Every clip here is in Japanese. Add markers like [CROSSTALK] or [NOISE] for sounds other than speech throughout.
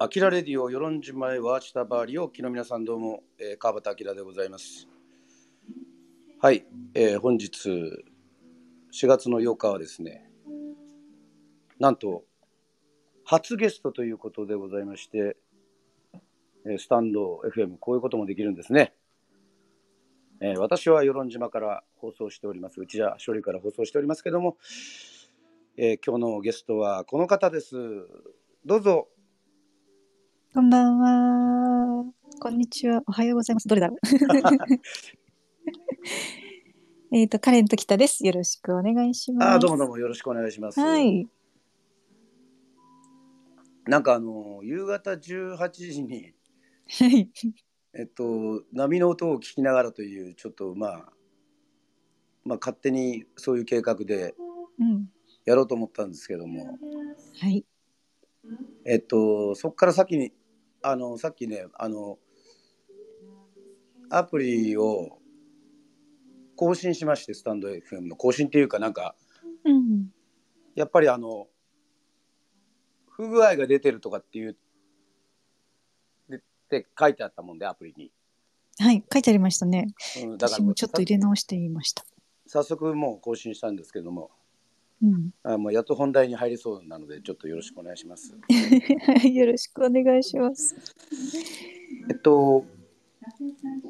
アキラレディオ、よろんじまえは、下バーリオ、木の皆さんどうも、えー、川端明でございます。はい、えー本日、4月の8日はですね、なんと、初ゲストということでございまして、えースタンド FM、こういうこともできるんですね。えー私は与論島から放送しております、内田処理から放送しておりますけども、えー今日のゲストはこの方です。どうぞ、こんばんは。こんにちは。おはようござ [LAUGHS] います。どれだろうえっと、カレンときたです。よろしくお願いします。あーどうもどうもよろしくお願いします。はい。なんかあの夕方18時に、はい。えっと、波の音を聞きながらというちょっとまあまあ勝手にそういう計画で [LAUGHS] うん。やろうと思ったんですけども、はい。えっと、そこから先にあのさっきねあのアプリを更新しましてスタンド FM の更新っていうかなんかうん。やっぱりあの不具合が出てるとかっていうでって書いてあったもんでアプリに、はい。書いてありましたね。うん、だか私らもちょっと入れ直してみました。早速もう更新したんですけども [LAUGHS] うん。あもうやっと本題に入りそうなのでちょっとよろしくお願いします。はい。よろしくお願いします。えっと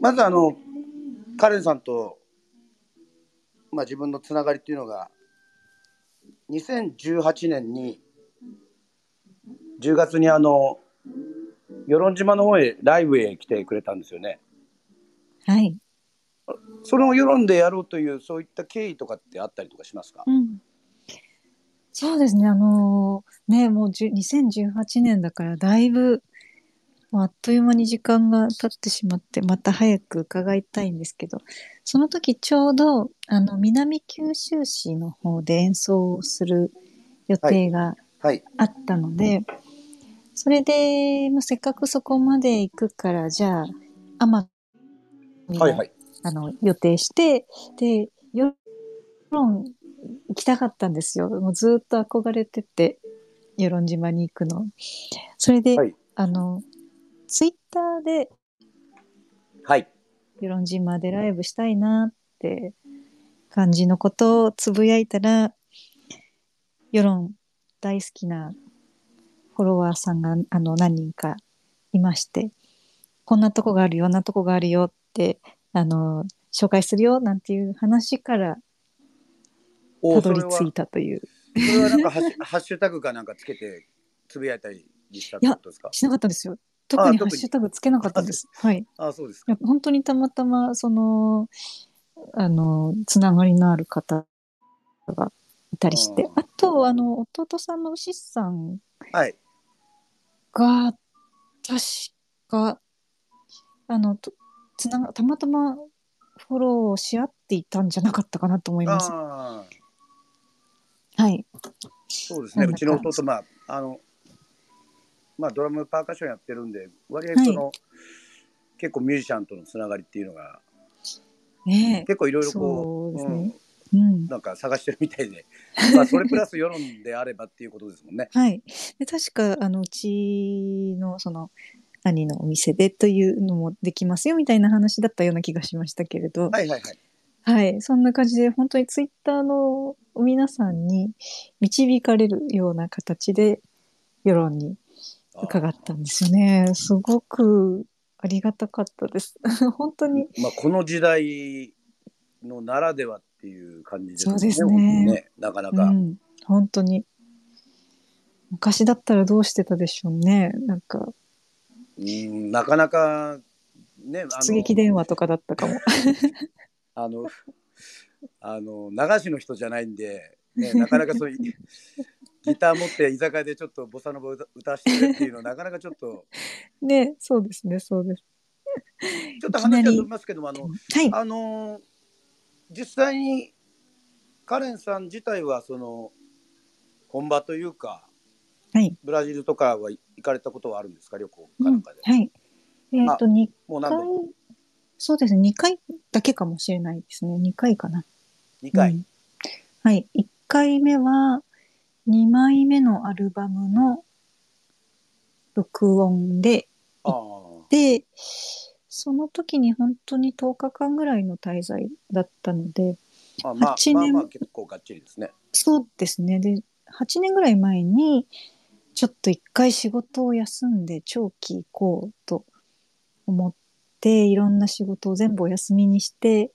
まずあのカレンさんと、まあ、自分のつながりっていうのが2018年に10月にあの与論島の方へライブへ来てくれたんですよね。はい。それを与論でやろうというそういった経緯とかってあったりとかしますか、うん。そうですね。あのーね、もうじゅ2018年だから、だいぶ、もうあっという間に時間が経ってしまって、また早く伺いたいんですけど、その時ちょうど、あの、南九州市の方で演奏をする予定がはいあったので、それで、まあ、せっかくそこまで行くから、じゃあ、天海はのいはいあの、予定して、で、世論行きたかったんですよ。もうずっと憧れてて、与論島に行くの。それで、はいあの、ツイッターではい与論島でライブしたいなって感じのことをつぶやいたら、世論大好きなフォロワーさんがあの何人かいまして、こんなとこがあるよ、あんなとこがあるよって、あの、紹介するよなんていう話からおたーそどりれは着いたという。それはなんかハッシュハッシュタグかなんかつけてつぶやいたりしたってことですかしなかったんですよ。特にハ特にッシュタグつけなかったんです。はい。あそうですいかや本当にたまたまそのあのつながりのある方がいたりしてああとあの弟さんの牛さんはいが確かあのとつながたまたまフォローし合っていたんじゃなかったかなと思います。ああはい、そうですねなうんだちかの弟まああのまあドラムパーカッションやってるんで割合その、結構ミュージシャンとのつながりっていうのがねえ結構いろいろこそううですね。うんん、なんか探してるみたいで [LAUGHS] まあそれプラス世論であればっていうことですもんねはい。で、確か、あの、うちの、その、兄のお店でというのもできますよみたいな話だったような気がしましたけれど、はいはいはいはい、そんな感じで、本当にツイッターの皆さんに導かれるような形で、世論にあー伺ったんですよね。すごくありがたかったです。 [LAUGHS] 本当に。まあこの時代のならではっていう感じですそうですね本当にねなかなうか、ん、本当に。昔だったらどうしてたでしょうね。なんか、うんなかなかねあの出撃電話とかだったかも。 [LAUGHS] あの、 [LAUGHS] あの、長市の人じゃないんで、ね、なかなかそういう、 [LAUGHS] ギター持って居酒屋でちょっとボサノバ歌歌してるっていうの、なかなかちょっと、ね、そうですね、そうです。ちょっといきな話りは飛びますけども、あの、はい。あの、実際に、カレンさん自体は、その、本場というか、はいブラジルとかは行かれたことはあるんですか、旅行かうなんんかで。はい。えっ、と、2もう回何度も、、そうですね、2回だけかもしれないですね。2回かな。 2回。うんはい。1回目は、2枚目のアルバムの、録音で、ああ。で、その時に本当に10日間ぐらいの滞在だったので、まあまあ、 8まあ年まあ結構がっちりですね。そうですね。で、8年ぐらい前に、ちょっと一回仕事を休んで長期行こうと思って、いろんな仕事を全部お休みにして、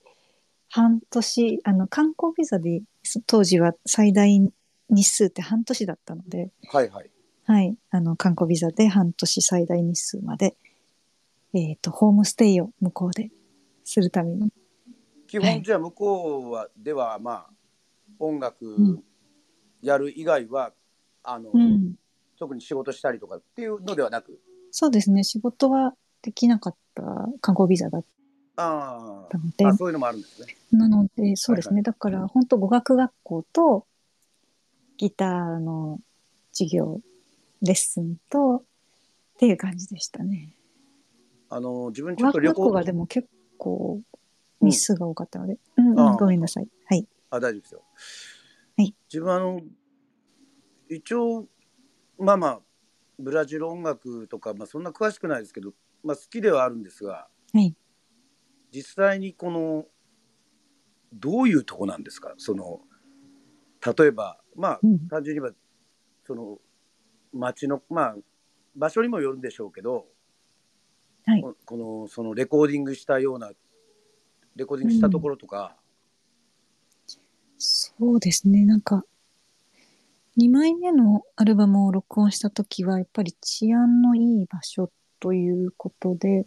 半年、あの、観光ビザで、そ当時は最大日数って半年だったので、はいはい。はい、あの、観光ビザで半年最大日数まで、えっ、と、ホームステイを向こうでするために、基は本いじゃあ向こうは、ではまあ、音楽んやる以外は、あの、うん、特に仕事したりとかっていうのではなく、そうですね、仕事はできなかった観光ビザだっあたのであ、あ、そういうのもあるんですね。なので、そうですね。はだから、本当語学学校と、ギターの授業、レッスンと、っていう感じでしたね。あの、自分ち語ょっと学旅学校行、がでも結構、日数が多かったので。うん、ああごめんなさい。はい。あ、大丈夫ですよ。はい自分あの、一応、まあまあ、ブラジル音楽とか、まあそんな詳しくないですけど、まあ好きではあるんですが、はい実際にこの、どういうとこなんですかその、例えば、まあ、うん。単純に言えば、その、街の、まあ、場所にもよるんでしょうけど、はいここの、そのレコーディングしたような、レコーディングしたところとか、そうですね。なんか、2枚目のアルバムを録音した時は、やっぱり治安のいい場所ということで、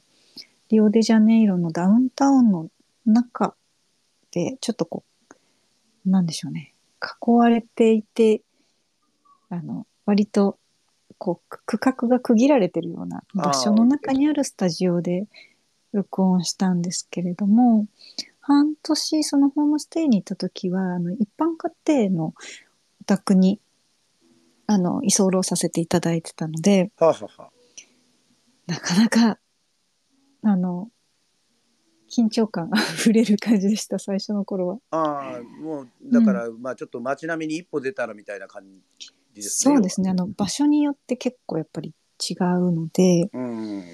リオデジャネイロのダウンタウンの中で、ちょっとこう、なんでしょうね。囲われていて、あの、割と、こう、区区画が区切られてるような場所の中にあるスタジオで録音したんですけれども、半年、そのホームステイに行った時は、あの、一般家庭のお宅に、あの、居候させていただいてたので、はあ、はあはあなかなか、あの、緊張感 [LAUGHS] あふれる感じでした、最初の頃は。ああ、もう、だから、まあ、ちょっと街並みに一歩出たらみたいな感じですね。そうですね、あの、場所によって結構やっぱり違うので、要は。うん。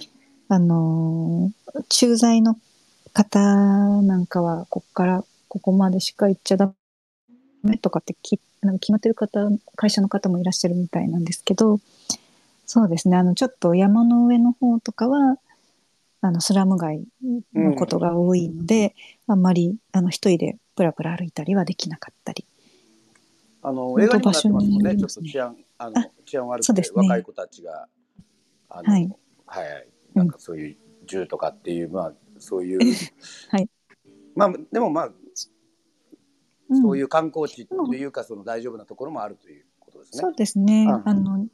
あのー駐在の方なんかは、ここからここまでしか行っちゃダメとかってきなんか決まってる方、会社の方もいらっしゃるみたいなんですけど、そうですね、あの、ちょっと山の上の方とかは、あの、スラム街のことが多いので、あんまり、あの、一人でプラプラ歩いたりはできなかったり。あの、当映画にもなってますもん場所によね。りちょっますとね治安、ああの、治安悪そくうでて、すね若い子たちが、あの、ははいい、はい、うんなんかそういう銃とかっていう、まあ、そういう、はい。まあ、でもまあ、んそういう観光地というか、その大丈夫なところもあるということですそねう。ですね。うんあの、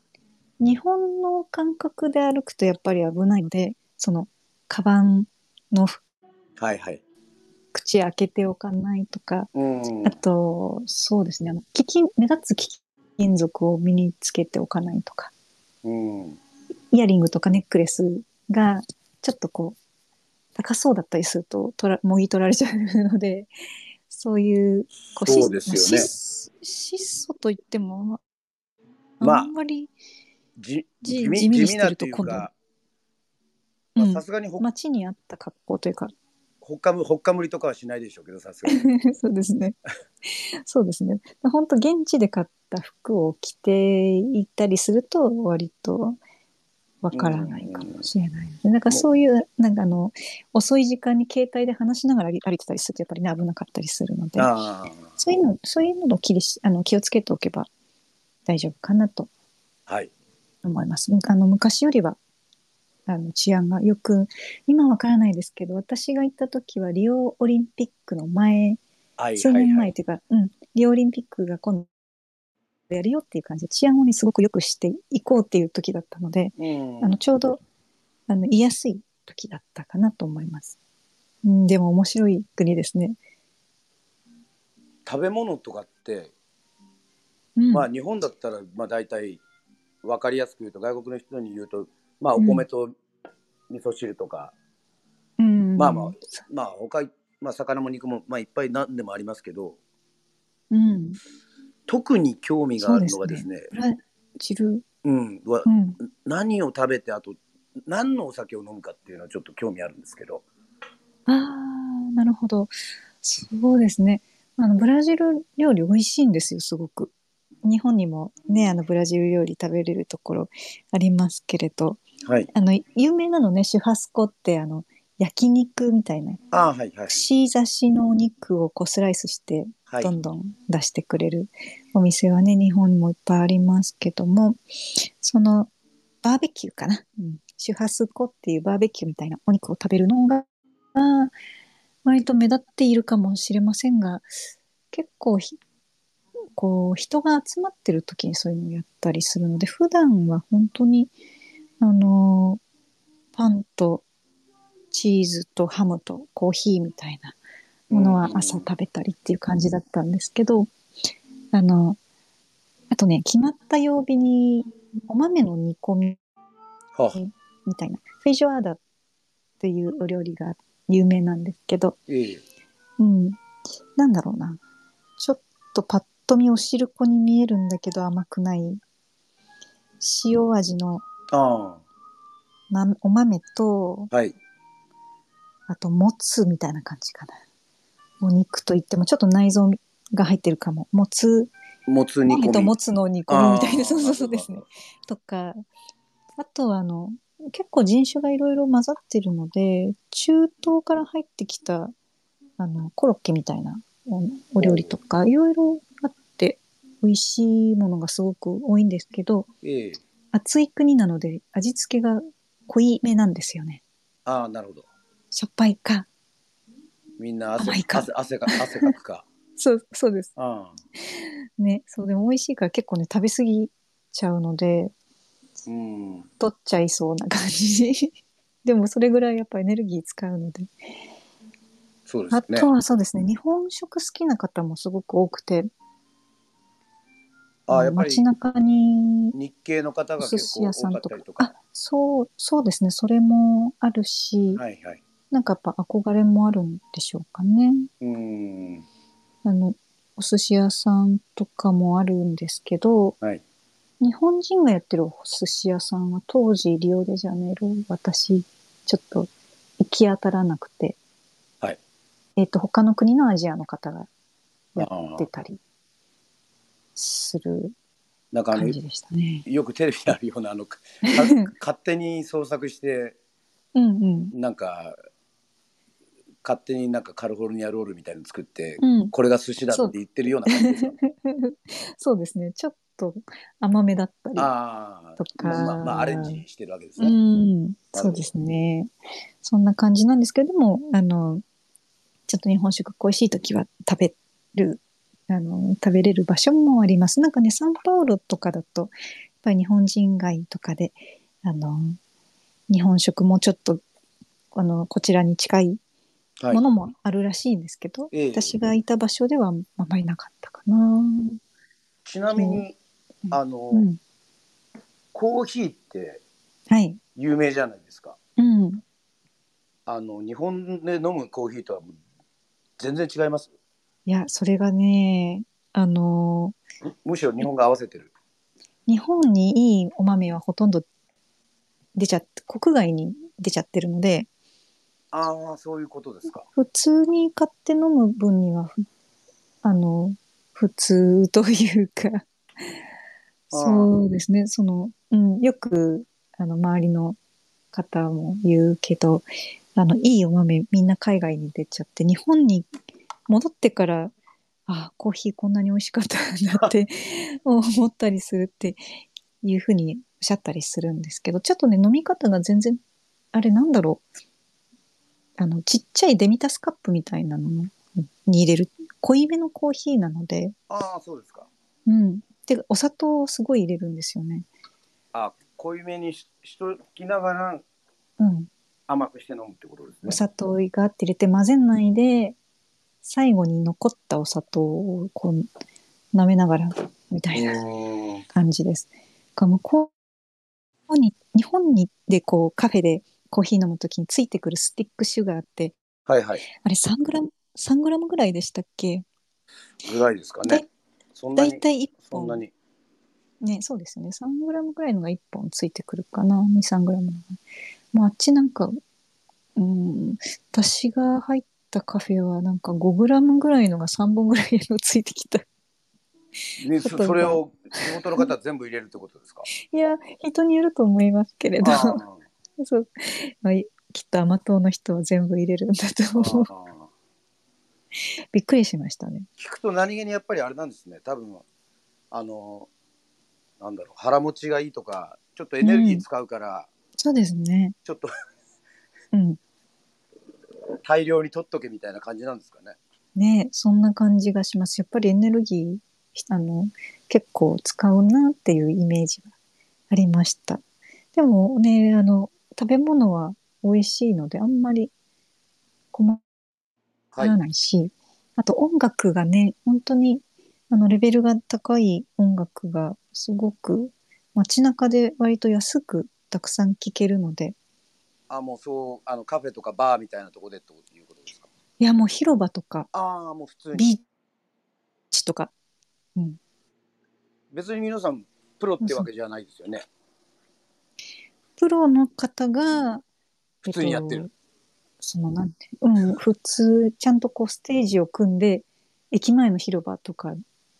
日本の感覚で歩くとやっぱり危ないので、その、カバンのはいはい。口開けておかないとか、うんあ。と、そうですね、あの、貴金、目立つ貴金属を身につけておかないとか、うん。イヤリングとかネックレスが、ちょっとこう、高そうだったりすると、とら、もぎ取られちゃうので、そういう、こそうですよね。質質素と言っても、まああんまり、じじ地味地味に地味してなるとというか、今ま度あうんさすがにほ、街にあった格好というか、ほっかむ、ほっかむりとかはしないでしょうけど、さすがに。 [LAUGHS] [LAUGHS] そうですね。そうですね。本当現地で買った服を着ていったりすると、割とわからないかもしれないですね。なんかそういう、なんかあの、遅い時間に携帯で話しながら歩いてたりすると、やっぱりね、危なかったりするので、ああ。そういうの、そういうのを気にしあの気をつけておけば大丈夫かなとはい。思います。あの、昔よりは、あの、治安がよく、今わからないですけど、私が行った時はリオオリンピックの前、はい数はい年は前い。というか、うん、リオオリンピックが今度やるよっていう感じで、治安をね、すごく良くしていこうっていう時だったので、うんあの、ちょうど、あの、言いやすい時だったかなと思います。うん、でも面白い国ですね。食べ物とかって、うん、まあ日本だったら、まあ大体分かりやすく言うと、外国の人に言うと、まあお米と味噌汁とか、うん、まあまあまあ他い、まあ魚も肉も、まあいっぱい何でもありますけど、うん、特に興味があるのがですね、ブラジル、うん、はうん。何を食べてあと何のお酒を飲むかっていうのはちょっと興味あるんですけどああ、なるほど。そうですね。あの、ブラジル料理美味しいんですよ、すごく。日本にもね、あの、ブラジル料理食べれるところありますけれど、はいあの、有名なのね、シュハスコって、あの、焼肉みたいな、ああはいはい串刺しのお肉をこうスライスしてはいどんどん出してくれるお店はね、日本にもいっぱいありますけども、そのバーベキューかな、うん、シュハスコっていうバーベキューみたいなお肉を食べるのが、割と目立っているかもしれませんが、結構ひこう人が集まってる時にそういうのをやったりするので、普段は本当に、あのーパンとチーズとハムとコーヒーみたいなものは朝食べたりっていう感じだったんですけど、あの、あとね、決まった曜日にお豆の煮込みはあみたいな、フェイジョアーダっていうお料理が有名なんですけど、ええうん、なんだろうな。ちょっとパッと見お汁粉に見えるんだけど甘くない塩味のあなお豆と、あはいあと、もつみたいな感じかな。お肉といっても、ちょっと内臓が入ってるかも。もつ、もつ煮豆と込みもつの煮込みみたいあな、ーそうそうそうですね。とか、あとは、あの、結構人種がいろいろ混ざってるので、中東から入ってきた、あの、コロッケみたいなおお料理とか、いろいろあって、美味しいものがすごく多いんですけど、ええ暑い国なので味付けが濃いめなんですよね。ああなるほどしょっぱいか。みんな汗甘いか汗汗か汗かくかそう、そうです。ああね、そうでも美味しいから結構ね食べ過ぎちゃうのでうん取っちゃいそうな感じ [LAUGHS] でもそれぐらいやっぱエネルギー使うのでそうですあねとはそうですね日本食好きな方もすごく多くてああやっぱり街中に日系の方おが寿結司構屋さ多んかっとたかりとあかそうそうですねそれもあるし、はいはいなんかやっぱ憧れもあるんでしょうかねうんあのお寿司屋さんとかもあるんですけど、はい日本人がやってるお寿司屋さんは当時リオデジャネイロ私ちょっと行き当たらなくて、はいえっと他の国のアジアの方がやあ出あたりするなんかあの感じでしたね。よくテレビにあるようなあの [LAUGHS] か勝手に創作してうんうんなんか勝手になんかカルフォルニアロールみたいの作って、うん、 [LAUGHS] これが寿司だって言ってるような感じですか、ね、そうですねちょっと甘めだったりああとかまあまあまあアレンジしてるわけですうね、ん、そうですね。そんな感じなんですけれども、あの、ちょっと日本食恋しい時は食べる、あの、食べれる場所もあります。なんかね、サンパウロとかだと、やっぱり日本人街とかで、あの、日本食もちょっと、あの、こちらに近いはいものもあるらしいんですけど、ええ私がいた場所ではあまりなかったかな。ちなみに、うんあの、うん。コーヒーってはい。有名じゃないですかうん。あの日本で飲むコーヒーとはもう全然違いますいや、それがね、あの、むむしろ日本が合わせてる日本にいいお豆はほとんど出ちゃって国外に出ちゃってるのでああそういうことですか普通に買って飲む分にはふあの普通というかあーそうですねその、うん、よくあの周りの方も言うけどあのいいお豆みんな海外に出ちゃって日本に戻ってからあーコーヒーこんなに美味しかったんだって [LAUGHS] 思ったりするっていうふうにおっしゃったりするんですけどちょっとね飲み方が全然あれなんだろうあのちっちゃいデミタスカップみたいなのに入れる濃いめのコーヒーなのでああそうですかうんてかお砂糖をすごい入れるんですよねあ濃いめにししときながらうん甘くして飲むってことですおね砂糖があって入れて混ぜないで最後に残ったお砂糖をこう舐めながらみたいなうーん感じです。が向こうに日本にでこうカフェでコーヒー飲むときについてくるスティックシュガーってはいはいあれ3グラム3グラムぐらいでしたっけ、ぐらいですかねそんだないにたい1そんな本にね、そうですね。3グラムぐらいのが1本ついてくるかな。2、3グラムの。まあ、あっちなんか、うん、私が入ったカフェはなんか5グラムぐらいのが3本ぐらいのついてきた。 [LAUGHS] ね、そそれを地元の方全部入れるってことですかいや、人によると思いますけれど。あー [LAUGHS] そう。まあ、いきっと甘党の人は全部入れるんだとあ思う。ーびっくりしましたね。聞くと何気にやっぱりあれなんですね多分あのなんだろう腹持ちがいいとかちょっとエネルギー使うから、そうですね。ちょっとうん。大量に取っとけみたいな感じなんですかね。ねそんな感じがします。やっぱりエネルギー、あの、結構使うなっていうイメージがありました。でもね、あの、食べ物は美味しいので、あんまり困はい、らないし、あと音楽がね、本当に、あの、レベルが高い音楽がすごく、街中で割と安くたくさん聴けるので、あもうそうあのカフェとかバーみたいなとこでってこということですか。いや、もう広場とか、ああもう普通にビーチとか、別に皆さんプロってわけじゃないですよね。プロの方が、普通にやってるえっと。そのなんて、うん、普通、ちゃんとこうステージを組んで、駅前の広場とか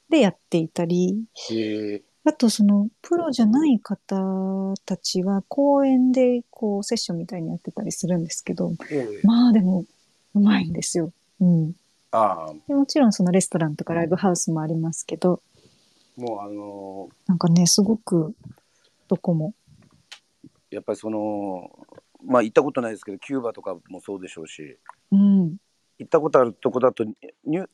でやっていたり、へえあとそのプロじゃない方たちは公園でこうセッションみたいにやってたりするんですけど、まあでも、うまいんですよ。うん。ああでもちろんそのレストランとかライブハウスもありますけど、もうあのなんかね、すごく、どこも。ーやっぱりそのまあ行ったことないですけどキューバとかもそうでしょうしうん。行ったことあるとこだとニュニュ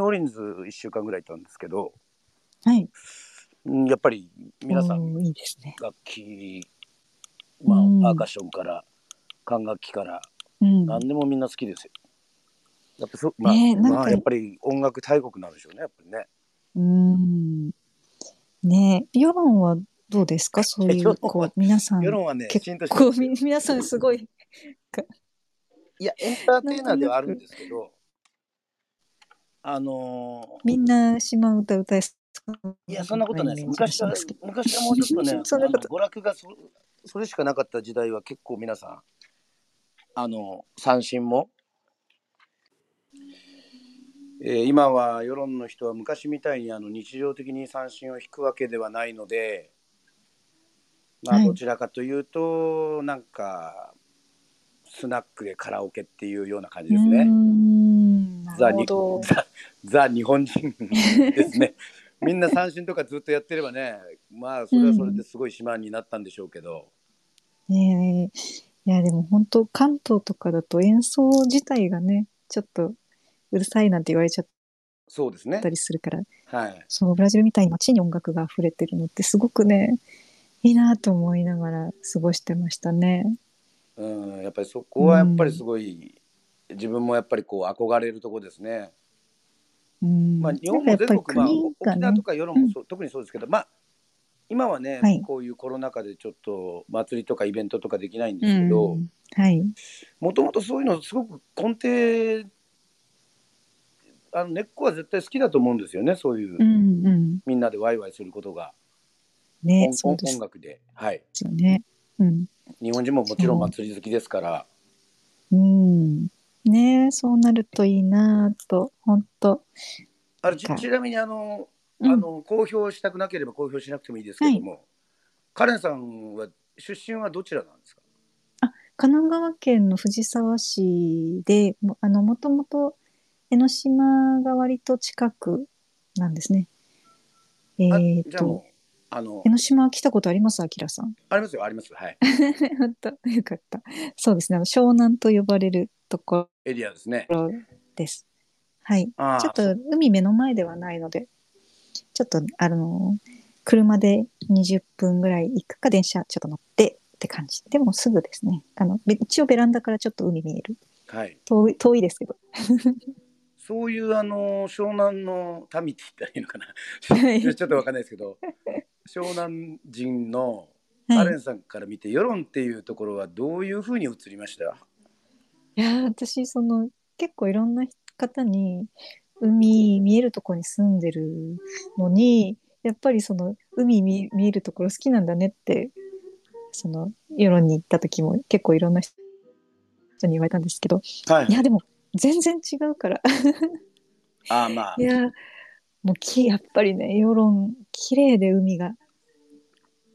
ーオーリンズ1週間ぐらいいたんですけど、はい。うんやっぱり皆さんおーいいですね。楽器、うんまあ、パーカッションから管楽器からうん。何でもみんな好きですよ。やっぱそまあ、ねえなんかまあやっぱり音楽大国なんでしょうねやっぱりね。うーんねえ、世論はどうですかそうい世論う、はこう、皆さん世、論はね結浸透してこまう、すよみ皆さんすごい、いやエンターテイナーではあるんですけどあのーみんな島歌歌いいや、そんなことないです。昔はですけど、昔はもうちょっとね、 [LAUGHS] そんなことあの娯楽がそそれしかなかった時代は結構皆さん、あの、三振も。えー今は世論の人は昔みたいにあの日常的に三振を引くわけではないので、まあ、はいどちらかというと、なんか、スナックでカラオケっていうような感じですうーね。ん、なザるほど。ザ・ザ日本人です [LAUGHS] ね。みんな三振とかずっとやってればね、まあそれはそれですごい島になったんでしょうけど、ねえいや、でも本当、関東とかだと演奏自体がね、ちょっと、うるさいなんて言われちゃっそうですねた。りするから、はい。そう、ブラジルみたいに街に音楽が溢れてるのってすごくね、いいなと思いながら過ごしてましたね。うん、やっぱりそこはやっぱりすごい、自分もやっぱりこう憧れるとこですね。うんまあ日本なもんか全国、まあやっぱ沖り縄国がとね、か世論もそう特にそうですけど、まあ今はね、はいこういうコロナ禍でちょっと祭りとかイベントとかできないんでうすけど、ん、はい、もともとそういうのすごく根底あの根っこは絶対好きだと思うんですよねそういう、うんうん、みんなでワイワイすることが、ね、音そう音で音す楽で、はい、よね、うん、日本人ももちろん祭り好きですから、うん、ね、そうなるといいなぁと、本当、あれちなんかちなみにあの、うんあの公表したくなければ公表しなくてもいいですけども、カレンさんは出身はどちらなんですか神奈川県の藤沢市で、もあの、もともと江ノ島が割と近くなんですね。えあーっじゃあとも、うあの江ノ島来たことあります、あき [LAUGHS] らさん。ありますよありますはい本当、よかった。そうですね、あの湘南と呼ばれるとこエリアですねろです。はい。ああちょっと海目の前ではないので、ちょっとあの車で20分ぐらい行くか電車ちょっと乗ってって感じ。でもすぐですね。あのべ一応ベランダからちょっと海見える。はい遠い遠いですけど。 [LAUGHS] そういうあの湘南の民って言ったらいいのかなはいいやちょっとわかんないですけど [LAUGHS] 湘南人のカレはい。ンさんから見て、世論っていうところはどういうふうに映りましたいやー私その結構いろんな方に海見えるとこに住んでるのに。いやっぱりその海見見えるところ好きなんだねってその世論に行った時も結構いろんな人に言われたんですけどはいい。やでも全然違うからああ、まあい。やもうきやっぱりね世論綺麗で海が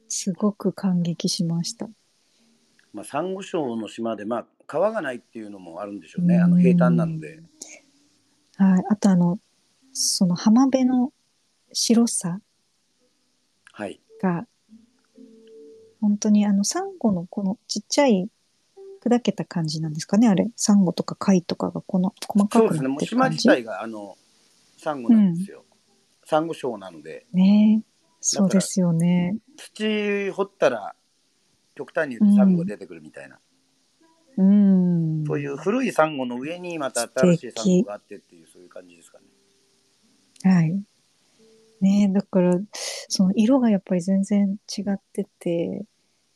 すごく感激しました。まあ、サンゴ礁の島で、まあ、川がないっていうのもあるんでしょうね。うんあの平坦なので。はい、あとあのその浜辺の白さはい。が本当にあのサンゴのこのちっちゃい砕けた感じなんですかねあれサンゴとか貝とかがこの細かそうくですね。なっもうてる島感自じ体が、あの。サンゴなんですよ。サンゴ礁なので。ねえそうですよね土掘ったら。極端に言うとサンゴ出てくるみたいな。うんそういう古いサンゴの上に、また新しいサンゴがあってっていう、そういう感じですかね。はいねえだからその色がやっぱり全然違ってて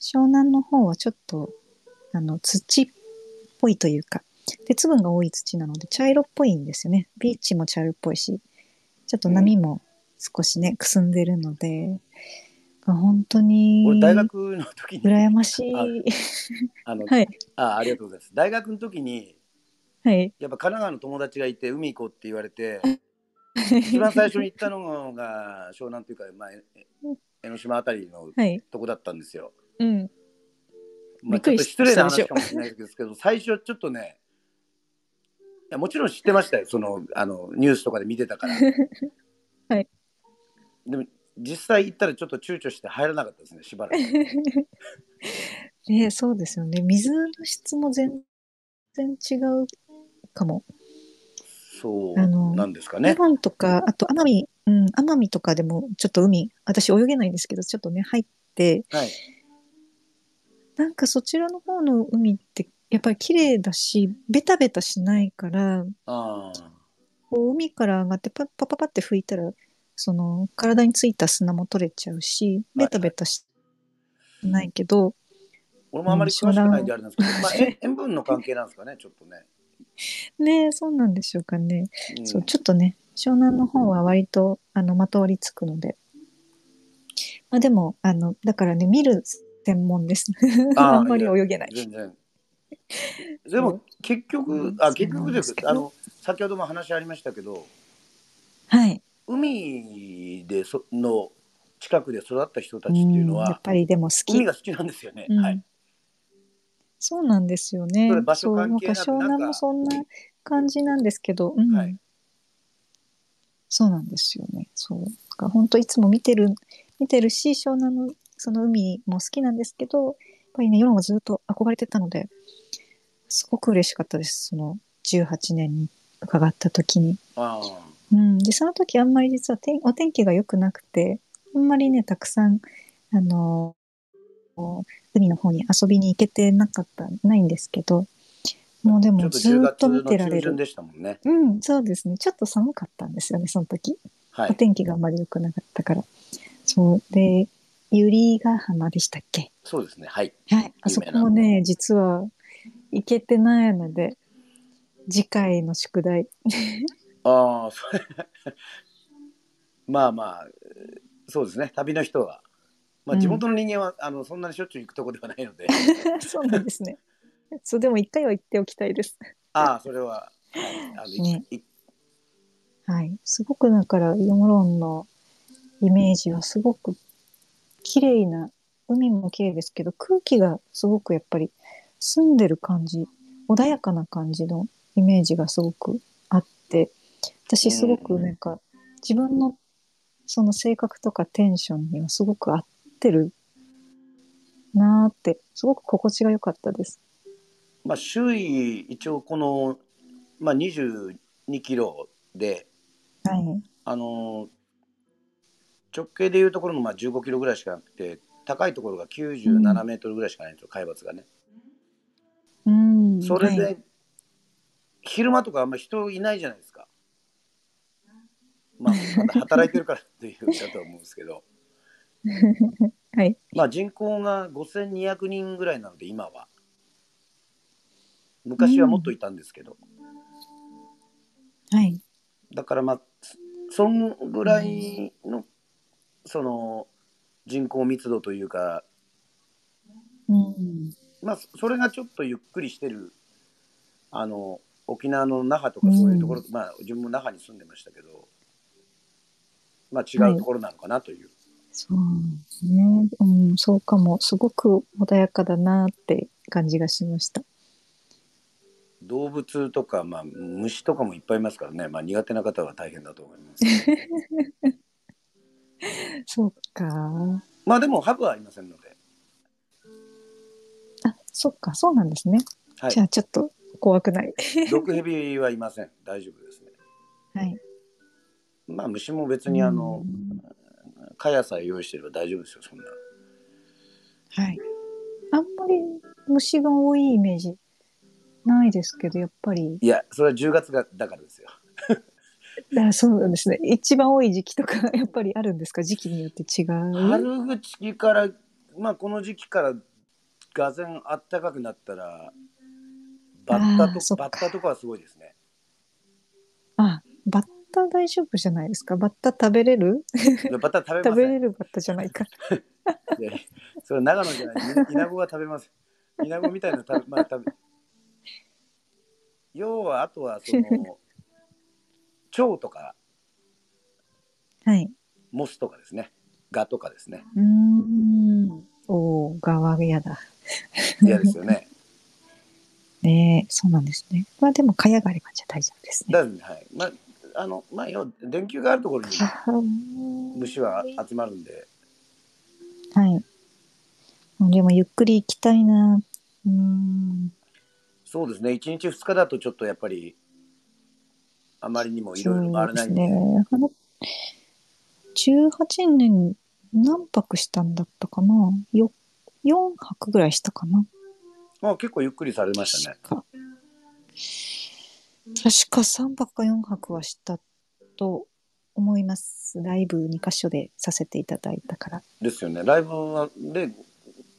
湘南の方はちょっとあの土っぽいというか鉄分が多い土なので茶色っぽいんですよねビーチも茶色っぽいしちょっと波も少しね、くすんでるので本当に俺、大学の時に。羨ましいああの、はいあ、ありがとうございます。大学の時に。はいやっぱ神奈川の友達がいて海行こうって言われて一番最初に行ったのが湘南というか、まあ、ええ江ノ島あたりの [LAUGHS] はいとこだったんですよ。うんまあ、びっちくょっりとし失礼な話かもしれないですけど最初ちょっとねいやもちろん知ってましたよそのあのニュースとかで見てたから。 [LAUGHS] はいでも実際行ったらちょっと躊躇して入らなかったですねしばらく。 [LAUGHS] ねそうですよね水の質も全然違うかもそうあのなんですか日ね。本とか、あと奄美、うん、奄美とかでもちょっと海、私泳げないんですけど、ちょっとね、入って、はい、なんかそちらの方の海って、やっぱり綺麗だし、ベタベタしないから、あーこう海から上がってパッパッパッパって拭いたら、その体についた砂も取れちゃうし、はいベタベタしないけど、俺もあまり詳しくないんであれなん [LAUGHS] ですけど、まあ、え塩分の関係なんですかねちょっとね。ねえそうなんでしょうかね。うんそう、ちょっとね、湘南の方は割と、あの、まとわりつくので。まあでも、あの、だからね、見る専門です。あ [LAUGHS] あーんまり泳げない。全然。でも結局、あ結局ですそうなんですけどあの先ほども話ありましたけどはい。海でその近くで育った人たうちっていうんのやっはぱりでも好き。海が好きなんですよね。うんはい、そうなんですよねそれ。場所そう、なん関係かなく湘なん南かもそんな感じなんですけど、うん。はいそうなんですよね。そう。だから本当いつも見てる、見てるし、湘南のその海も好きなんですけど、やっぱりね、世論はずっと憧れてたので、すごく嬉しかったです。その18年に伺った時に。あうん、でその時あんまり実は天お天気が良くなくてあんまりねたくさんあの海の方に遊びに行けてなかったないんですけどもうでーちょもっとず10ーっ月との見てら中れる旬でしたもんね。うんそうですねちょっと寒かったんですよねその時、はおい、天気があんまり良くなかったからそうで百合ヶ浜でしたっけそうですね。はい。はいあそこもね実は行けてないので次回の宿題ああ、それ [LAUGHS] まあまあ、そうですね。旅の人は、まうあん地元の人間は、あのそんなにしょっちゅう行くとこではないの [LAUGHS] で、そうなんですね。そう、でも一回は行っておきたいです。ああそれは、はい、あの、ねいいはい。すごくだから、イオロンのイメージはすごく綺麗な、海も綺麗ですけど、空気がすごくやっぱり澄んでる感じ、穏やかな感じのイメージがすごくあって、私すごくなんか、自分のその性格とかテンションにはすごく合ってるなーって、すごく心地が良かったです。まあ、周囲一応この、まあ、22キロで、はい。あの直径でいうところのまあ15キロぐらいしかなくて高いところが97メートルぐらいしかないんですよ海抜がね。うん。それで、はい昼間とかあんま人いないじゃないですか。まあ、まだ働いてるからっていうだと思うんですけ [LAUGHS] ど、はい。まあ、人口が5200人ぐらいなので今は昔はもっといたんですけど、はい。だからまあそそんぐらいのその人口密度というか、うん。まあ、そそれがちょっとゆっくりしてるあの沖縄の那覇とかそういうところ、まあ自分も那覇に住んでましたけど、まあ、違うところなのかなという、そうね。うん、そうかも。すごく穏やかだなって感じがしました。動物とか、まあ、虫とかもいっぱいいますからね、まあ、苦手な方は大変だと思い [LAUGHS] ますそうか。まあでもハブはありませんので、あ、そっか、そうなんですね。はじゃい、あちょっと怖くない。 [LAUGHS] 毒ヘビはいません大丈夫ですねはい。まあ虫も別にあの、蚊帳さえ用意してれば大丈夫ですよそんなはい。あんまり虫が多いイメージないですけど、やっぱり。いやそれは10月がだからですよあそうなんですね。一番多い時期とか、 [LAUGHS] やっぱりあるんですか時期によって違う。春口から、まあ、この時期からがぜんあったかくなったらバッタあーとそっかバッタとかはすごいですねあ、バッタ大丈夫じゃないですかバッタ食べれるいやバッタ食べま食べせんれるバッタじゃないか。いやそれは長野じゃないイナゴは食べますイナゴみたいなの食べ,、まあ、食べ要はあとはその蝶とかはい。モスとかですねガとかですねうーん。おお、ガワやだ。嫌ですよ [LAUGHS] ねねえ、そうなんですね。まあでも、蚊帳があればじゃ大丈夫ですね。だからねはいまああのまあ要は電球があるところにあうん虫は集まるんではい。でも、ゆっくり行きたいな。うーん。そうですね、1日2日だとちょっとやっぱり、あまりにもいそろいろ回うれでないすんで、ね。あの18年何泊したんだったかなよ ?4 泊ぐらいしたかなまあ、結構ゆっくりされましたね。確か。確か3泊か4泊はしたと思います。ライブ2箇所でさせていただいたから。ですよね、ライブは、で、うん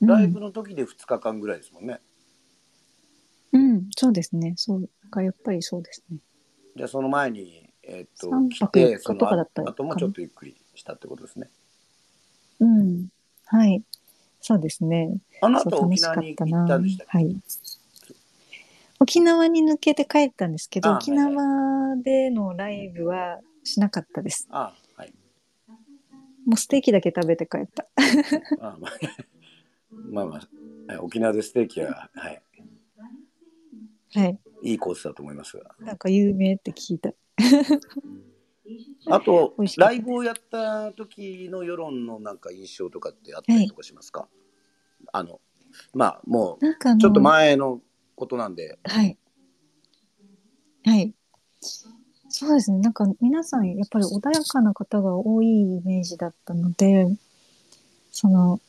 ライブの時で2日間ぐらいですもんね。うん、そうですね。そうか、やっぱりそうですね。じゃあ、その前に、えーっと、三来泊四て、日そとのかだあったかな後もちょっとゆっくりしたってことですね。うん。はい。そうですね。あのそう後、沖縄に行ったんでしたっけはい。沖縄に抜けて帰ったんですけあど、はい沖縄でのライブはしなかったです。ああはい。もうステーキだけ食べて帰った。ああまあ、 [LAUGHS] まあまあ、はい沖縄でステーキは、はい、はい。いいコースだと思いますが。なんか有名って聞いた。あと美味し、かっラたですイブをやった時の世論のなんか印象とかってあったりとかしますか、あの、まあもなんかあう、の、ちょっと前のことなんで、はい。はい。そうですね。なんか皆さんやっぱり穏やかな方が多いイメージだったので、その、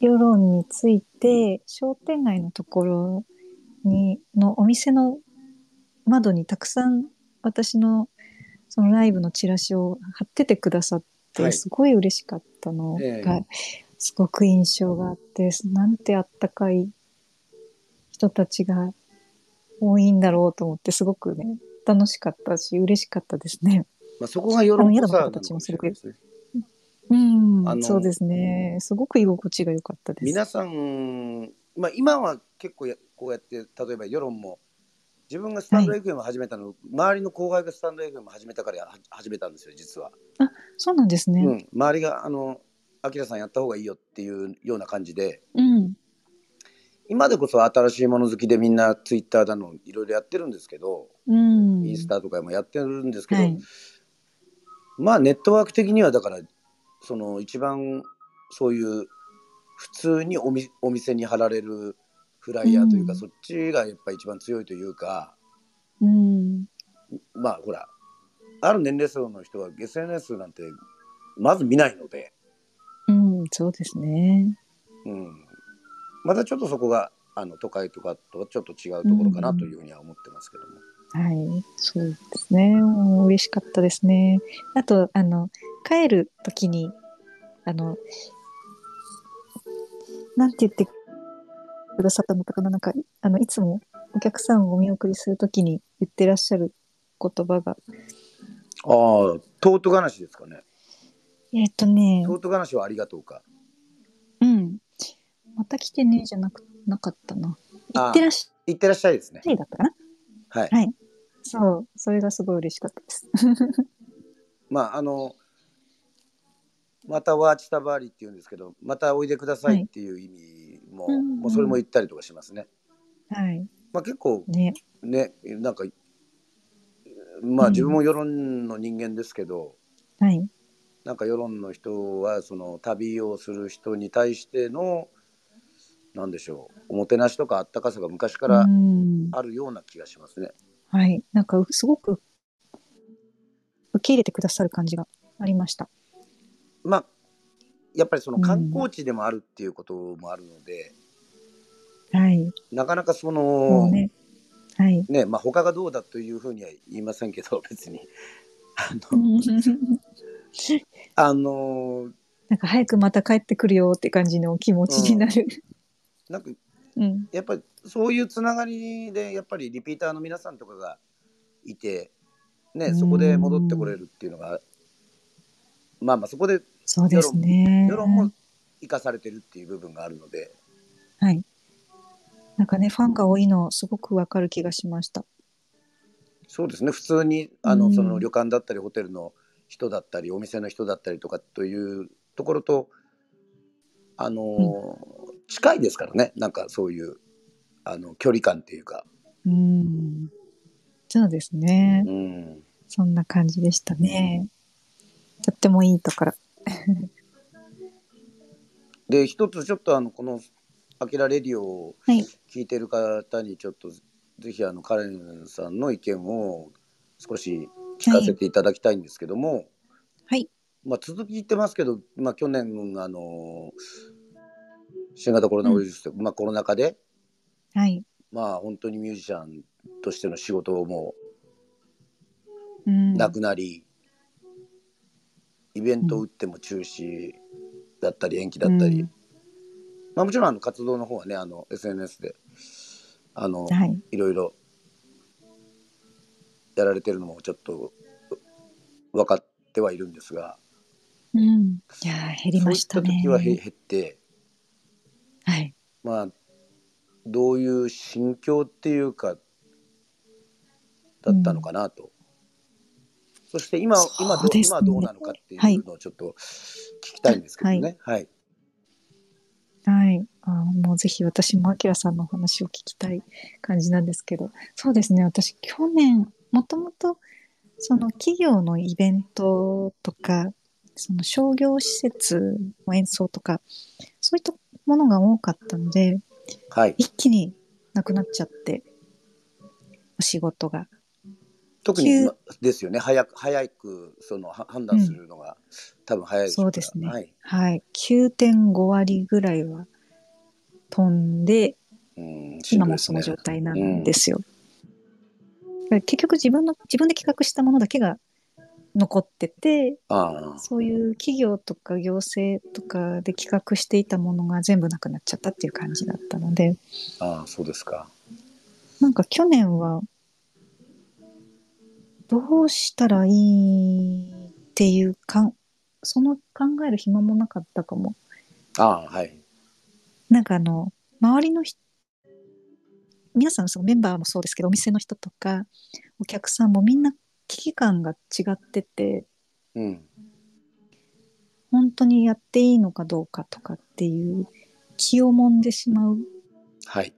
世論について商店街のところに、のお店の窓にたくさん私のそのライブのチラシを貼っててくださっはて、いすごい嬉しかったのえがえ、すごく印象があって、なんてあったかい人たちが多いんだろうと思って、すごくね、楽しかったし、嬉しかったですね。まあ、そこが世論のあの宿のさ子たちもすなのかごくもしれないですねうんあのそうですね。すごく居心地が良かったです。皆さん、まあ、今は結構やこうやって、例えば世論も、自分がスタンドは FM を始めたの、周りの後輩がスタンド FM を始めたからやは始めたんですよ、実は。そうなんですうね。ん、周りが、あの、アキラさんやった方がいいよっていうような感じで、うん。今でこそ新しいもの好きでみんなツイッターだのいろいろやってるんですけど、うん。インスタとかもやってるんですけど、はい。まあネットワーク的にはだからその一番そういう普通におみお店に貼られるフライヤーというか、うんそっちがやっぱ一番強いというかうん。まあほらある年齢層の人は SNS なんてまず見ないので、うん、そうですね。うん、またちょっとそこがあの都会とかとはちょっと違うところかなというふうには思ってますけども。はい。そうですね。もう嬉しかったですね。あと、あの、帰る時に、あの、なんて言ってくださったのかななんか、あの、いつもお客さんをお見送りするときに言ってらっしゃる言葉が、ああ、トート話ですかね。えっ、とね、トート話はありがとうか。うん。また来てねじゃなく、なかったな。あ行ってらっしいってらっしゃいですね。ゃいだったかなはい。そう、それがすごい嬉しかったです。まああのまたワーチタバーリっていうんですけど、またおいでくださいっていう意味も、はいうんもうそれも言ったりとかしますね。はい。まあ結構ね。ね、なんかまあうん自分も世論の人間ですけど、はい。なんか世論の人はその旅をする人に対してのなんでしょうおもてなしとかあったかさが昔かうらん。あるような気がしますね。はい。なんか、すごく、受け入れてくださる感じがありました。まあやっぱりその観光地でもあるっていうこともあるので、はい。なかなかそものうね。はい。ねまあ他がどうだというふうには言いませんけど [LAUGHS] 別にあの,、あのなんか、早くまた帰ってくるよって感じの気持ちになる。なんかうん。やっぱりそういうつながりでやっぱりリピーターの皆さんとかがいて、ね、そこで戻ってこれるっていうのがまあまあそこでそうですね。世論も生かされてるっていう部分があるのではい。なんかね、ファンが多いの、すごくわかる気がしました。そうですね普通にあのうんその旅館だったりホテルの人だったりお店の人だったりとかというところとあのー近いですからねなんかそういうあの距離感っていうか。うん。そうですね。うんそんな感じでしたね。とってもいいところ。で一つちょっとあのこの「あきらレディオ」をはい聞いてる方にちょっとぜひあのカレンさんの意見を少し聞かせていただきたいんですけども、はいまあ、続き言ってますけど、まあ、去年あの新型コロナウイルスで、まあ、コロナ禍で、はい。まあ、本当にミュージシャンとしての仕事もうん。なくなり、イベントを打っても中止だったり延期だったり、うんまあ、もちろんあの活動の方はねあの SNS であの、はい。い、ろいろやられてるのもちょっと分かってはいるんですが、うん。いやー、減りましたね。そういった時はへ減ってはい。まあどういう心境っていうかだったのかなと、そして今今どそううですね今どうなのかっていうのをちょっと聞きたいんですけどねはい、はい。あーもうぜひ私もあきらさんのお話を聞きたい感じなんですけど、そうですね。私、去年、もともと、その企業のイベントとか、その商業施設の演奏とか、そういったものが多かったので、はい、一気になくなっちゃって、お仕事が。特に急まですよね早く早くそのは判断するのが、多分早いしょからそうですねはいはい。9.5割ぐらいは飛んで、うんしん今どいもですそねの状態なんですよ。だから結局自分の、自分で企画したものだけが残ってて、ああそういう企業とか行政とかで企画していたものが全部なくなっちゃったっていう感じだったので、ああそうですかなんか去年は、どうしたらいいっていうかん、その考える暇もなかったかも。ああはいなんかあの、周りの人、皆さん、そのメンバーもそうですけど、お店の人とか、お客さんもみんな危機感が違ってて、うん本当にやっていいのかどうかとかっていう気をもんでしまうはい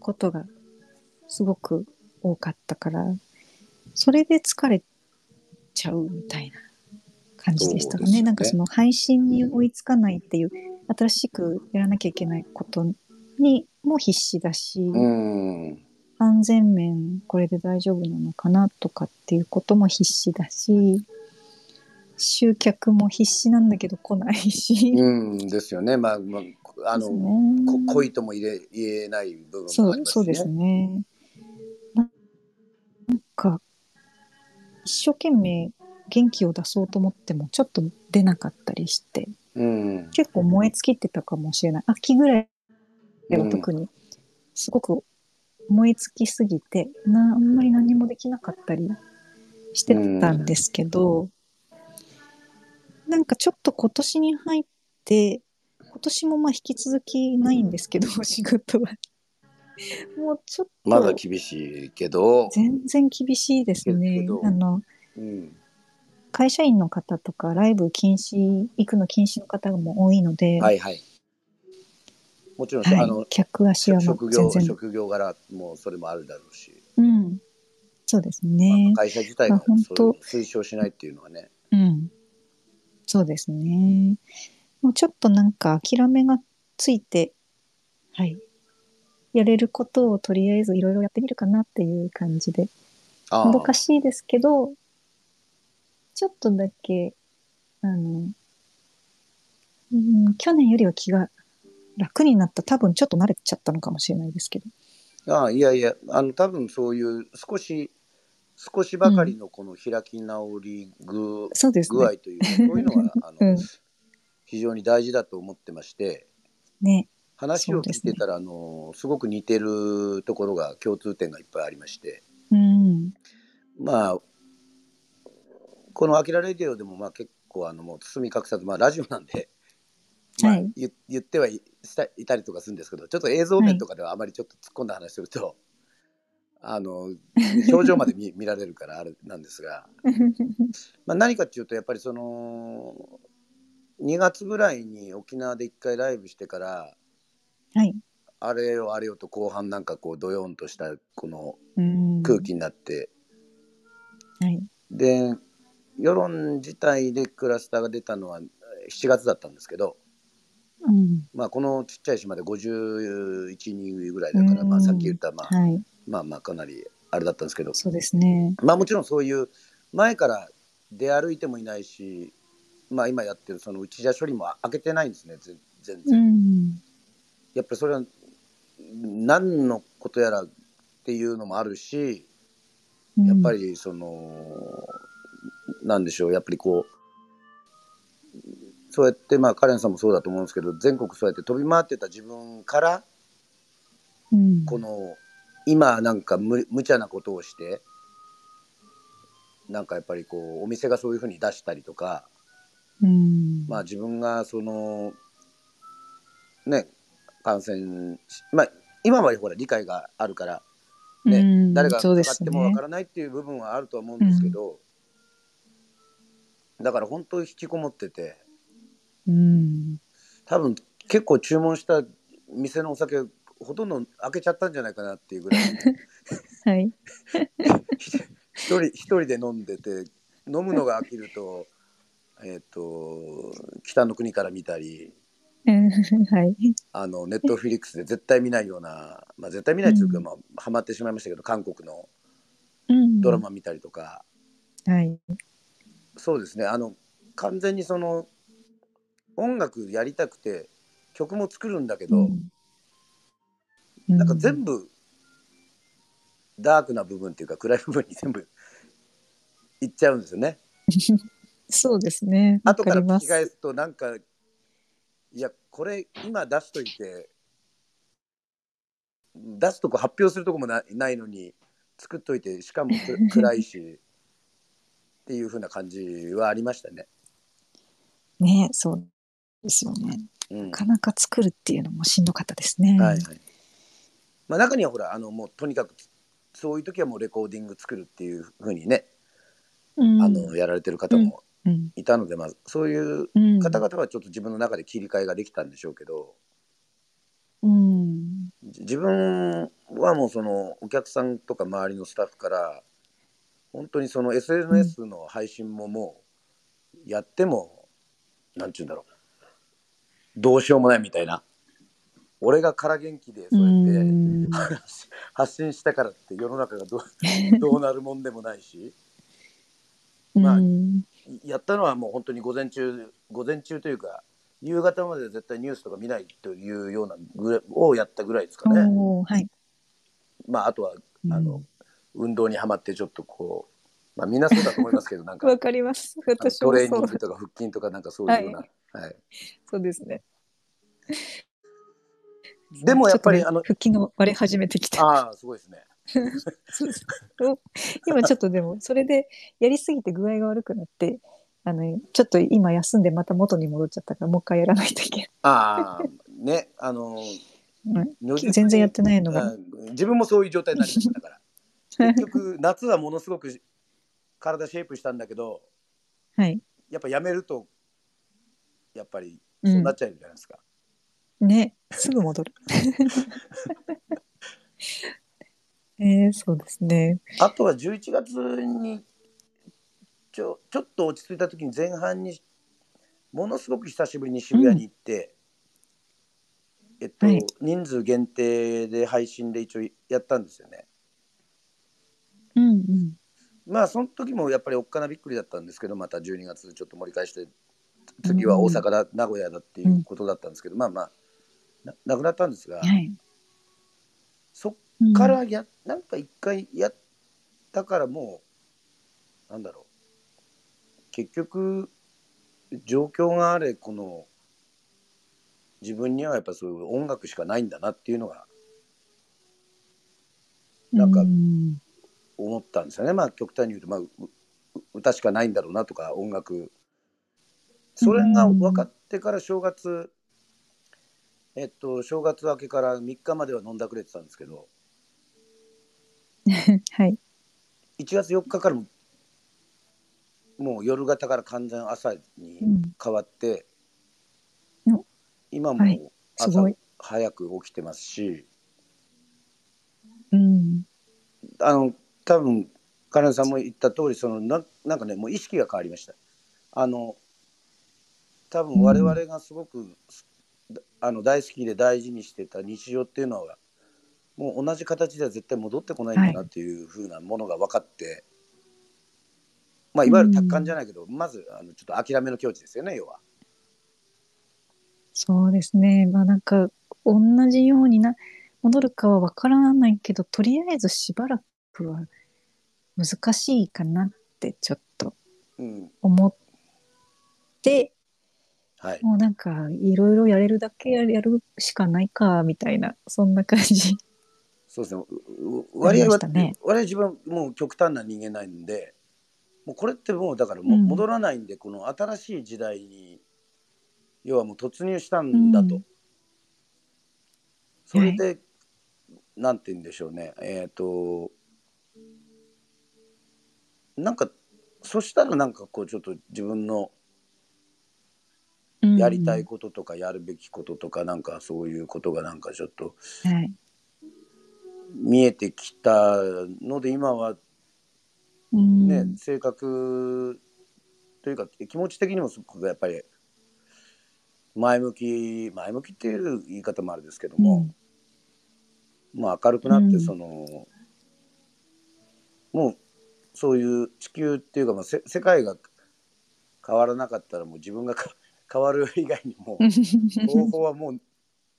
ことがすごく多かったから、それで疲れちゃうみたいな感じでしたかそうですね。ねなんかその配信に追いつかないっていう、新しくやらなきゃいけないことにも必死だし、うん安全面これで大丈夫なのかなとかっていうことも必死だし、集客も必死なんだけど来ないし。うんですよねまあ、まあ、あの、ですねこ恋とも言え言えない部分そもありう、ますしねそうですね。ななんか、一生懸命元気を出そうと思っても、ちょっと出なかったりして、うん結構燃え尽きてたかもしれない。秋ぐらいでは特に、すごく燃え尽きすぎて、な、あんまり何もできなかったりしてたんですけど、なんかちょっと今年に入って、今年もまあ引き続きないんですけ [LAUGHS] ど、仕事は。もうちょっと、まだ厳しいけど、全然厳しいですですねけど。あの、うん、会社員の方とか、ライブ禁止、行くの禁止の方も多いので、、はいいはい。もちろん、はあいの、客足はも職う業全然、職業柄もそれもあるだろうし、うん、そうですね。会社自体がまあ本そう当推奨しないっていうのはね、うん、そうですね。もうちょっとなんか諦めがついて、はい。やれることをとりあえずいろいろやってみるかなっていう感じで。ああもどかしいですけど、ちょっとだけ、あの、うん、去年よりは気が楽になった。多分ちょっと慣れちゃったのかもしれないですけど。ああいやいやあの多分そういう少し少しばかりのこの開き直り具,、そうです具ね。合というかそういうの [LAUGHS] があの、うん非常に大事だと思ってましてね。話を聞いてたらあのすごく似てるところが共通点がいっぱいありましてうん。まあこの「アキラレディオ」でもまあ結構あのもう包み隠さず、まあ、ラジオなん [LAUGHS] で、まあはい言言ってはいしたいたりとかするんですけどちょっと映像面とかではあまりちょっと突っ込んだ話すると、あの表情まで見 [LAUGHS] 見られるからあれなんです [LAUGHS] が、まあ、何かっていうとやっぱりその2月ぐらいに沖縄で1回ライブしてからはい。あれよあれよと後半なんかこうドヨンとしたこのうん。空。気になって。はい。で世論自体でクラスターが出たのはえー7月だったんですけど、うん。まあ、このちっちゃい島で51人ぐらいだから、うんまあ、さっき言った、まあはい。まあまあかなりあれだったんですけど、そうですね。まあ、もちろんそういう前から出歩いてもいないし、まあ、今やってるその内じゃ処理も開けてないんですねぜ全う然。ん。やっぱりそれは何のことやらっていうのもあるし、やっぱりその、なんでしょう、やっぱりこう、そうやって、まあ、カレンさんもそうだと思うんですけど、全国そうやって飛び回ってた自分から、うん、この、今なんか無無茶なことをして、なんかやっぱりこう、お店がそういうふうに出したりとか、うん、まあ自分がその、ね、感染し、まあ今までほら理解があるから、ねうん誰がそかうかでっすてもわねからないっていう部分はあるとは思うんですけど、だから本当に引きこもっててうん、多分結構注文した店のお酒ほとんど開けちゃったんじゃないかなっていうぐらい [LAUGHS] はい、一人一人で飲んでて飲むのが飽きると [LAUGHS] えっ、と北の国から見たりうんはい、あのネットフィリックスで絶対見ないような、まあ、絶対見ないというか、うんまあ、ハマってしまいましたけど韓国のうんドラ、マ見たりとか。はい、そうですねあの完全にその音楽やりたくて曲も作るんだけど、うんなんか全部ダークな部分っていうか暗い部分に全部いっちゃうんですよね。そうですね、後からわりま聞すき返すとなんかいやこれ今出しといて出すとこ発表するとこもなないのに作っといてしかも [LAUGHS] く暗いしっていう風な感じはありましたね。ね、そうですよね、うんなかなか作るっていうのもしんどかったですね、はいはいまあ、中にはほらあのもうとにかくそういう時はもうレコーディング作るっていうふうにね、うん、あのやられてる方もうん、いたので、まあ、そういううん、方々はちょっと自分の中で切り替えができたんでしょうけどうん、じ自分はもうそのお客さんとか周りのスタッフから本当にその SNS の配信ももうやっても何て言うんだろうどうしようもないみたいな俺が空元気でそうやって。うん、発信したからって世の中がどうどうなるもんでもないしまあうんやったのはもう本当に午前中午前中というか夕方まで絶対ニュースとか見ないというようなぐらいをやったぐらいですかね、おーはい、まあ、あとはあうのん運動にはまってちょっとこう、まあ、みんなそうだと思いますけどなんかあわのかります、 [LAUGHS] 私トもレーそニンうグ、とか腹筋とかなんかそういうような、はいそうですね、でもやっぱりちょあとねの腹筋の割れ始めて [LAUGHS] きた。ああすごいですねそうそう今ちょっとでもそれでやりすぎて具合が悪くなってあの、ちょっと今休んでまた元に戻っちゃったから、もう一回やらないといけああ、ね、あの、ない。如うん、実全に然やってないのが。うん自分もそういう状態になりましたから [LAUGHS] 結局夏はものすごく体シェイプしたんだけどはい。やっぱやめるとやっぱりうそうんなっちゃうじゃないですか、ね、すぐ [LAUGHS] 戻る。えー、そうですね。あとは11月にちょちょっと落ち着いた時に前半にものすごく久しぶりに渋谷に行って、えっと、はい人数限定で配信で一応やったんですよねうんうん。まあその時もやっぱりおっかなびっくりだったんですけどまた12月ちょっと盛り返して次は大阪だ、名古屋だっていうことだったんですけど、まあまあななくなったんですが、はい。そっうんからやなんか一回やったからもうなんだろう結局状況があれこの自分にはやっぱそういう音楽しかないんだなっていうのがなんかうん [LAUGHS] 思ったんですよねまあ極端に言うと、まあ、うう歌しかないんだろうなとか音楽それが分かってから正月えっと正月明けから3日までは飲んだくれてたんですけどはい。 1月4日からももう夜型から完全朝にうん変わって、うん今はいもすご朝い早く起きてますし、うん。あの多分カレンさんも言った通りそのななんかねもう意識が変わりましたあの多分我々がすごく、あの大好きで大事にしてた日常っていうのはもう同じ形では絶対戻ってこないんだなっていう風なものが分かって、い、まあいわゆる達観じゃないけど、まずあのちょっと諦めの境地ですよね要は。そうですね。まあなんか、同じようにな、戻るかはわからないけど、とりあえずしばらくは難しいかなってちょっとうん思って、はい、もうなんか、いろいろやれるだけやるしかないか、みたいな、そんな感じ。そうですね。うう割合ありまは、したね割合自分もう極端な人間なんで、もうこれってもうだからもううん戻らないんで、この新しい時代に要はもう突入したんだと。うんそれで、なんて言うんでしょうね。えっ、となんかそしたらなんかこうちょっと自分のやりたいこととかやるべきこととかなんかそういうことがなんかちょっとうん。はい。見えてきたので今はうんね、性格というか気持ち的にもすごくやっぱり前向き前向きっていう言い方もあれですけども、もう明るくなっうてんその、もうそういう地球っていうか、まあ、せ世界が変わらなかったらもう自分がか [LAUGHS] 変わる以外にもうん方法はもう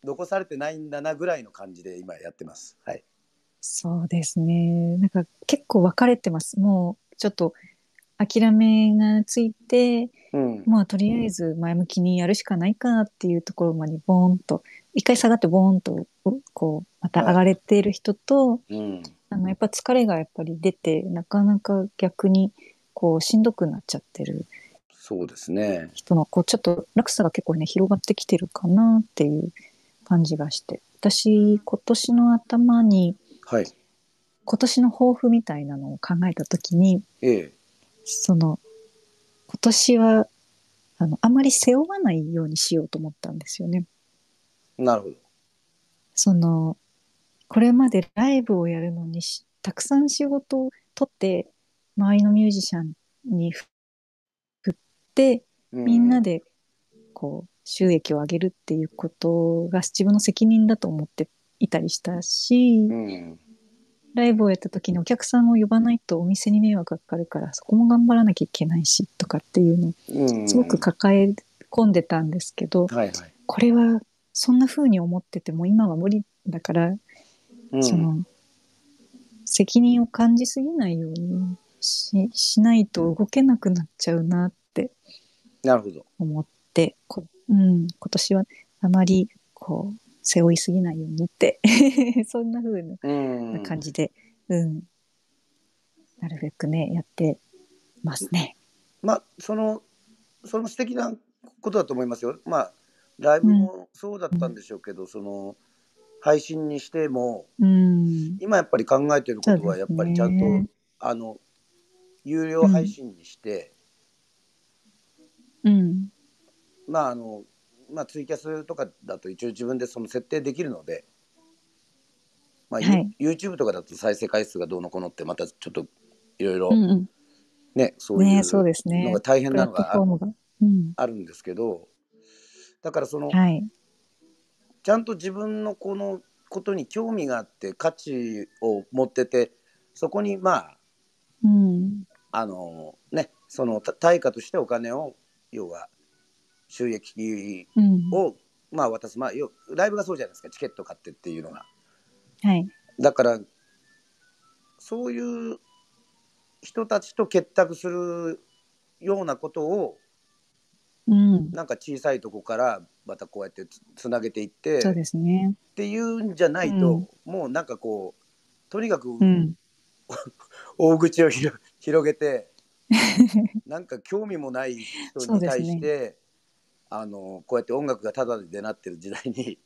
残されてないんだなぐらいの感じで今やってます。はい、 [LAUGHS] そうですね。なんか結構分かれてます。もうちょっと諦めがついて、うんまあとりあえず前向きにやるしかないかっていうところまでボーンと、一回下がってボーンと、こう、また上がれている人と、うんあのやっぱ疲れがやっぱり出て、なかなか逆にこうしんどくなっちゃってるそうですね。人の、こうちょっと落差が結構ね、広がってきてるかなっていう感じがして。私、今年の頭に、はい。今年の抱負みたいなのを考えた時にええ。その今年はあのあまり背負わないようにしようと思ったんですよね。なるほど。そのこれまでライブをやるのにしたくさん仕事を取って周りのミュージシャンに振ってうみんなでこう収益を上げるっていうことが自分の責任だと思っていたりしたし、うんライブをやった時にお客さんを呼ばないとお店に迷惑がかかるからそこも頑張らなきゃいけないしとかっていうのをうんすごく抱え込んでたんですけど、はいはいこれはそんな風に思ってても今は無理だから、うんその責任を感じすぎないようにししないと動けなくなっちゃうなってなるほど。思ってこ、うん、今年はあまりこう背負いすぎないようにって [LAUGHS] そんな風なうん。感じで、うん、なるべくね、やってますね。まあそのそれも素敵なことだと思いますよ。まあライブもそうだったんでしょうけど、その配信にしてもうん。今やっぱり考えてることはやっぱりちゃんと、そうですねあの有料配信にして、うん。まああのまあツイキャスとかだと一応自分でその設定できるので、まあ、は you- YouTube とかだと再生回数がどうのこうのってまたちょっといろいろうんうんね、そういねそううですのねが。大変プなラのットがフォーあムが。うん。あるんですけどだからそのはい。ちゃんと自分のこのことに興味があって価値を持っててそこにまうん。ああのねそのた対価としてお金を要は収益うん。をまあ渡すまあ要ライブがそうじゃないですかチケット買ってっていうのがはい。だからそういう人たちと結託するようなことをうん。なんか小さいとこからまたこうやってつつなげていってそうですね。っていうんじゃないと、もうなんかこうとにかくうん。大口をひろ広げ [LAUGHS] てなんか興味もない人に対そうしでて、あのこうやって音楽がタダでなってる時代に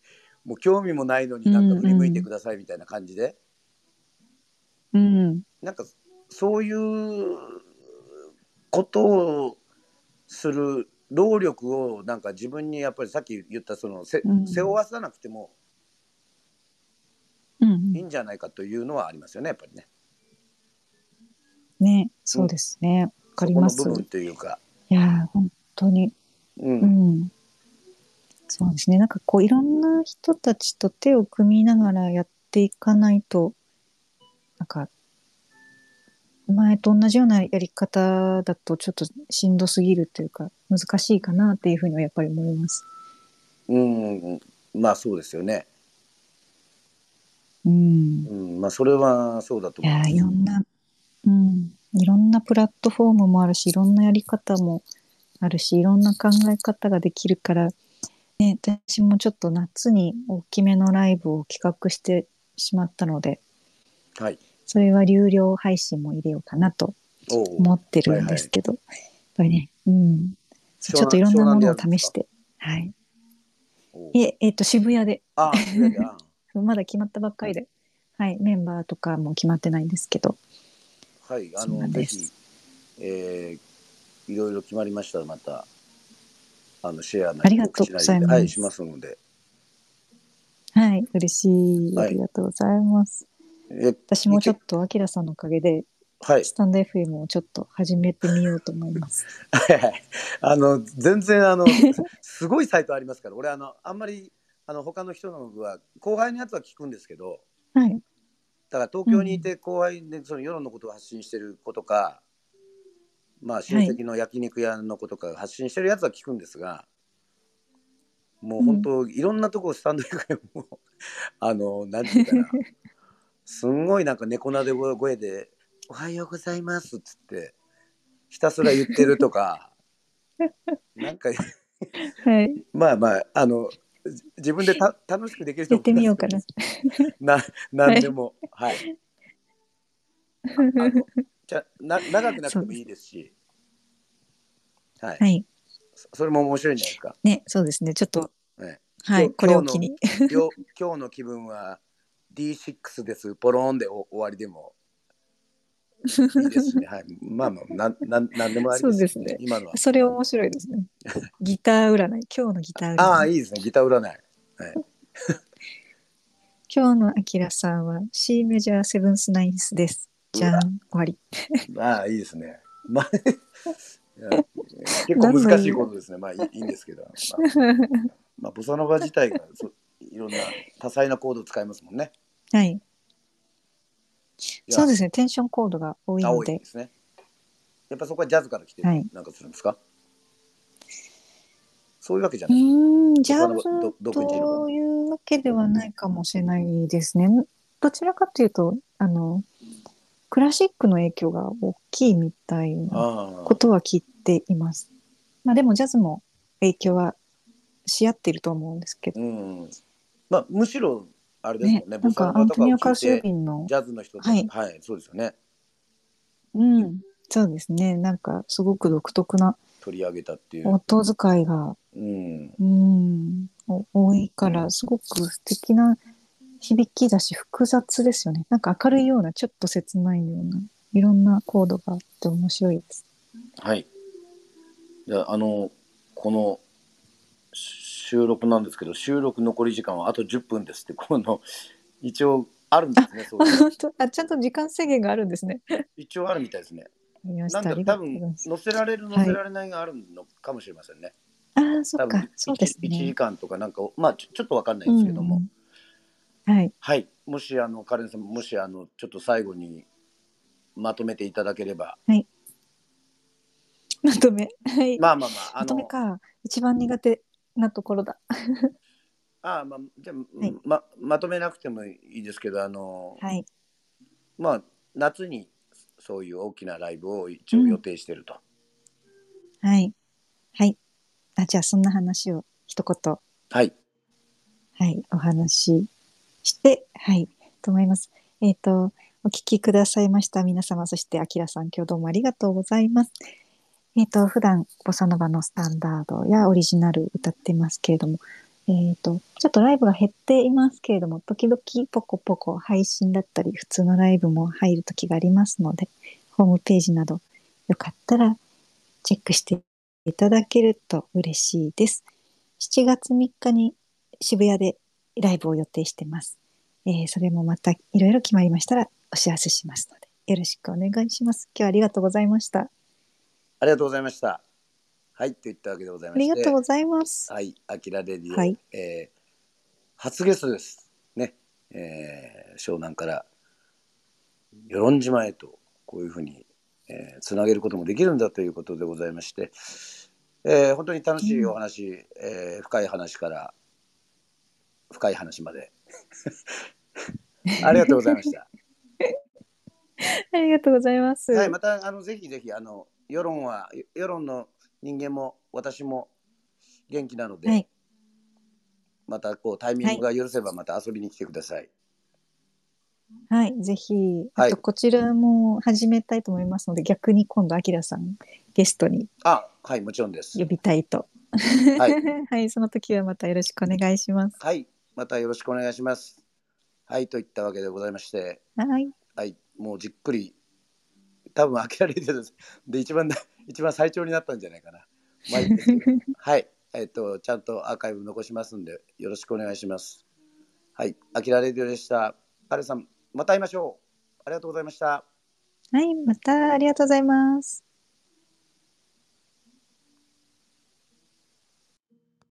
もう興味もないのになんか振り向いてくださいみたいな感じで、うん。なんかそういうことをする労力をなんか自分にやっぱりさっき言ったそのせ、うん背負わさなくてもういいん。んじゃないかというのはありますよねやっぱりね。ね。そうですね。わかりますそこ。の部分というか。いやー、本当に。うんうんそうですね。なんかこういろんな人たちと手を組みながらやっていかないと、なんか前と同じようなやり方だとちょっとしんどすぎるというか難しいかなっていうふうにはやっぱり思います。うん、まあそうですよね。うん。うん、まあそれはそうだとい思いやます。ーいろんな、うん。いろんなプラットフォームもあるし、いろんなやり方もあるし、いろんな考え方ができるから、ね、私もちょっと夏に大きめのライブを企画してしまったので、はい。それは有料配信も入れようかなとおう思ってるんですけど、やっぱりね、うん。湘南ちょっといろんなものを湘試し。南でやるんですかて。はい。おういえ、えっ、と、渋谷で、ああ、そうやなまだ決まったばっかりで、はい、メンバーとかも決まってないんですけど、はい、あそうなの、んぜですひ、えー、いろいろ決まりましたら、また、あの、シェアなありがとうござい告知ますなりではい、しますので。はい、嬉しい。はいありがとうございます。え、私もちょっと、アキラさんのおかげで、はい。 [LAUGHS] スタンド FM をちょっと始めてみようと思います。あの、全然、 [LAUGHS] あの、すごいサイトありますから、俺、あの、あんまり、あの、他の人のは、後輩のやつは聞くんですけど、はい。だから東京にいて後輩でその世論のことを発信してる子とか、まあ親戚の焼肉屋の子とか発信してるやつは聞くんですが、もう本当いろんなとこスタンド FM も [LAUGHS] あの何て言うかなすんごいなんか猫なで声で「おはようございます」っつってひたすら言ってるとかなんかはい。まあまああのじ自分でた楽しくできる人 [LAUGHS] やもってみようかな。な何でもはい。あのじゃな長くなくてもいいですし、はい、 [LAUGHS] はい。そそれも面白いんじゃないですか。ね、そうですね。ちょっと、ねはい、今日これを機に。 [LAUGHS] 今日今日の気分は D6 です、ポローンでお終わりでもいいですしね。はい、まあまあ、なんなんなんでもありです,、そうですね今のは。それ面白いです [LAUGHS] ね。ギター占い。今日のギター占い。ああ、いいですね、ギター占い。今日のあきらさんは C メジャーセブンスナインスです。じゃん、終わり。まあ、いいですね。まあいや結構難しいことですね。まあいいいいんですけど、まあ、まあ、ボサノバ自体がそいろんな多彩なコードを使いますもんね。はい。いやそうですね。テンションコードが多いの青いでで。すね。やっぱそこはジャズから来てる、はいなんかするんですかそういうわけじゃうない。ーん、ジャズどど独自のというわけではないかもしれないですね。どちらかというと、あの、クラシックの影響が大きいみたいなあことは聞いています。まあでもジャズも影響はし合ってると思うんですけあ。ど。うん。まあ、むしろ、あれですもんね、ね。なんかアントニオ・カウシューてビンのジャズの人と、はいはい、そうですよね。うん、そうですね。なんかすごく独特な取り上げたっていう。音遣いが、うん。うん、お多いから、すごく素敵な響きだし、複雑ですよね。なんか明るいような、ちょっと切ないような、いろんなコードがあって面白いです。はい。じゃあ、あの、このし収録なんですけど、収録残り時間はあと10分ですって、この、一応あるんですね、そういう本 [LAUGHS] 当あ、ちゃんと時間制限があるんですね。一応あるみたいですね。見ましなんた。あだり多がとうござい分ます。載せられるはい載せられないがあるのかもしれませんね。ああ、そ多っか分、そうです 1, 時ね。間とかなんかまあちょちょっとわかんないですけども、うん。はい。はいもしあのカレンさんもしあのちょっと最後にまとめていただければまとめ。はい。まあまあまああまとめのか。一番苦手なところだ。あまあじゃあ、はいままとめなくてもいいですけどあの、はい。まあ夏にそういう大きなライブを一応うん予定してると、はい。はい。あ、じゃあそんな話を一言、はいはい、お話しして、はい、と思います。えっ、と、お聞きくださいました皆様、そして、あきらさん、今日どうもありがとうございます。えっ、と、普段、ボサノバのスタンダードやオリジナル歌ってますけれども、えっ、と、ちょっとライブが減っていますけれども、時々ポコポコ配信だったり、普通のライブも入る時がありますので、ホームページなど、よかったらチェックしていただけると嬉しいです。7月3日に渋谷でライブを予定してます。えーそれもまたいろいろ決まりましたらお知らせしますので、よろしくお願いします。今日はありがとうございました。ありがとうございましたはいといったわけでございあましてりがとうございます。はい、アキラレディオ、はいえー初ゲストです。ね、えー湘南から与論島へとこういうふうに、えーつなげることもできるんだということでございまして、えー本当に楽しいお話、えー深い話から深い話ま [LAUGHS] でありがとうございました。ありが [LAUGHS] とうございます。はい、またあのぜひぜひあの世論は世論の人間も私も元気なので、はいまたこうタイミングが許せばまた遊びに来てください。はい、ぜひ、はいあとこちらも始めたいと思いますので、逆に今度、あきらさんゲストにあ、はい、もちろん [LAUGHS] です呼。びたいと。はい、 [LAUGHS] はい、その時はまたよろしくお願いします。はい、またよろしくお願いします。はい、といったわけでございまして、はい。はい、もうじっくり、多分飽きられてるで、一番な、一番最長になったんじゃないかな。まあいいんですけどはい、えっ、と、ちゃんとアーカイブ残しますんで、よろしくお願いします。はい、あきられるよでした。カレンさん、また会いましょう。ありがとうございました。はい、またありがとうございます。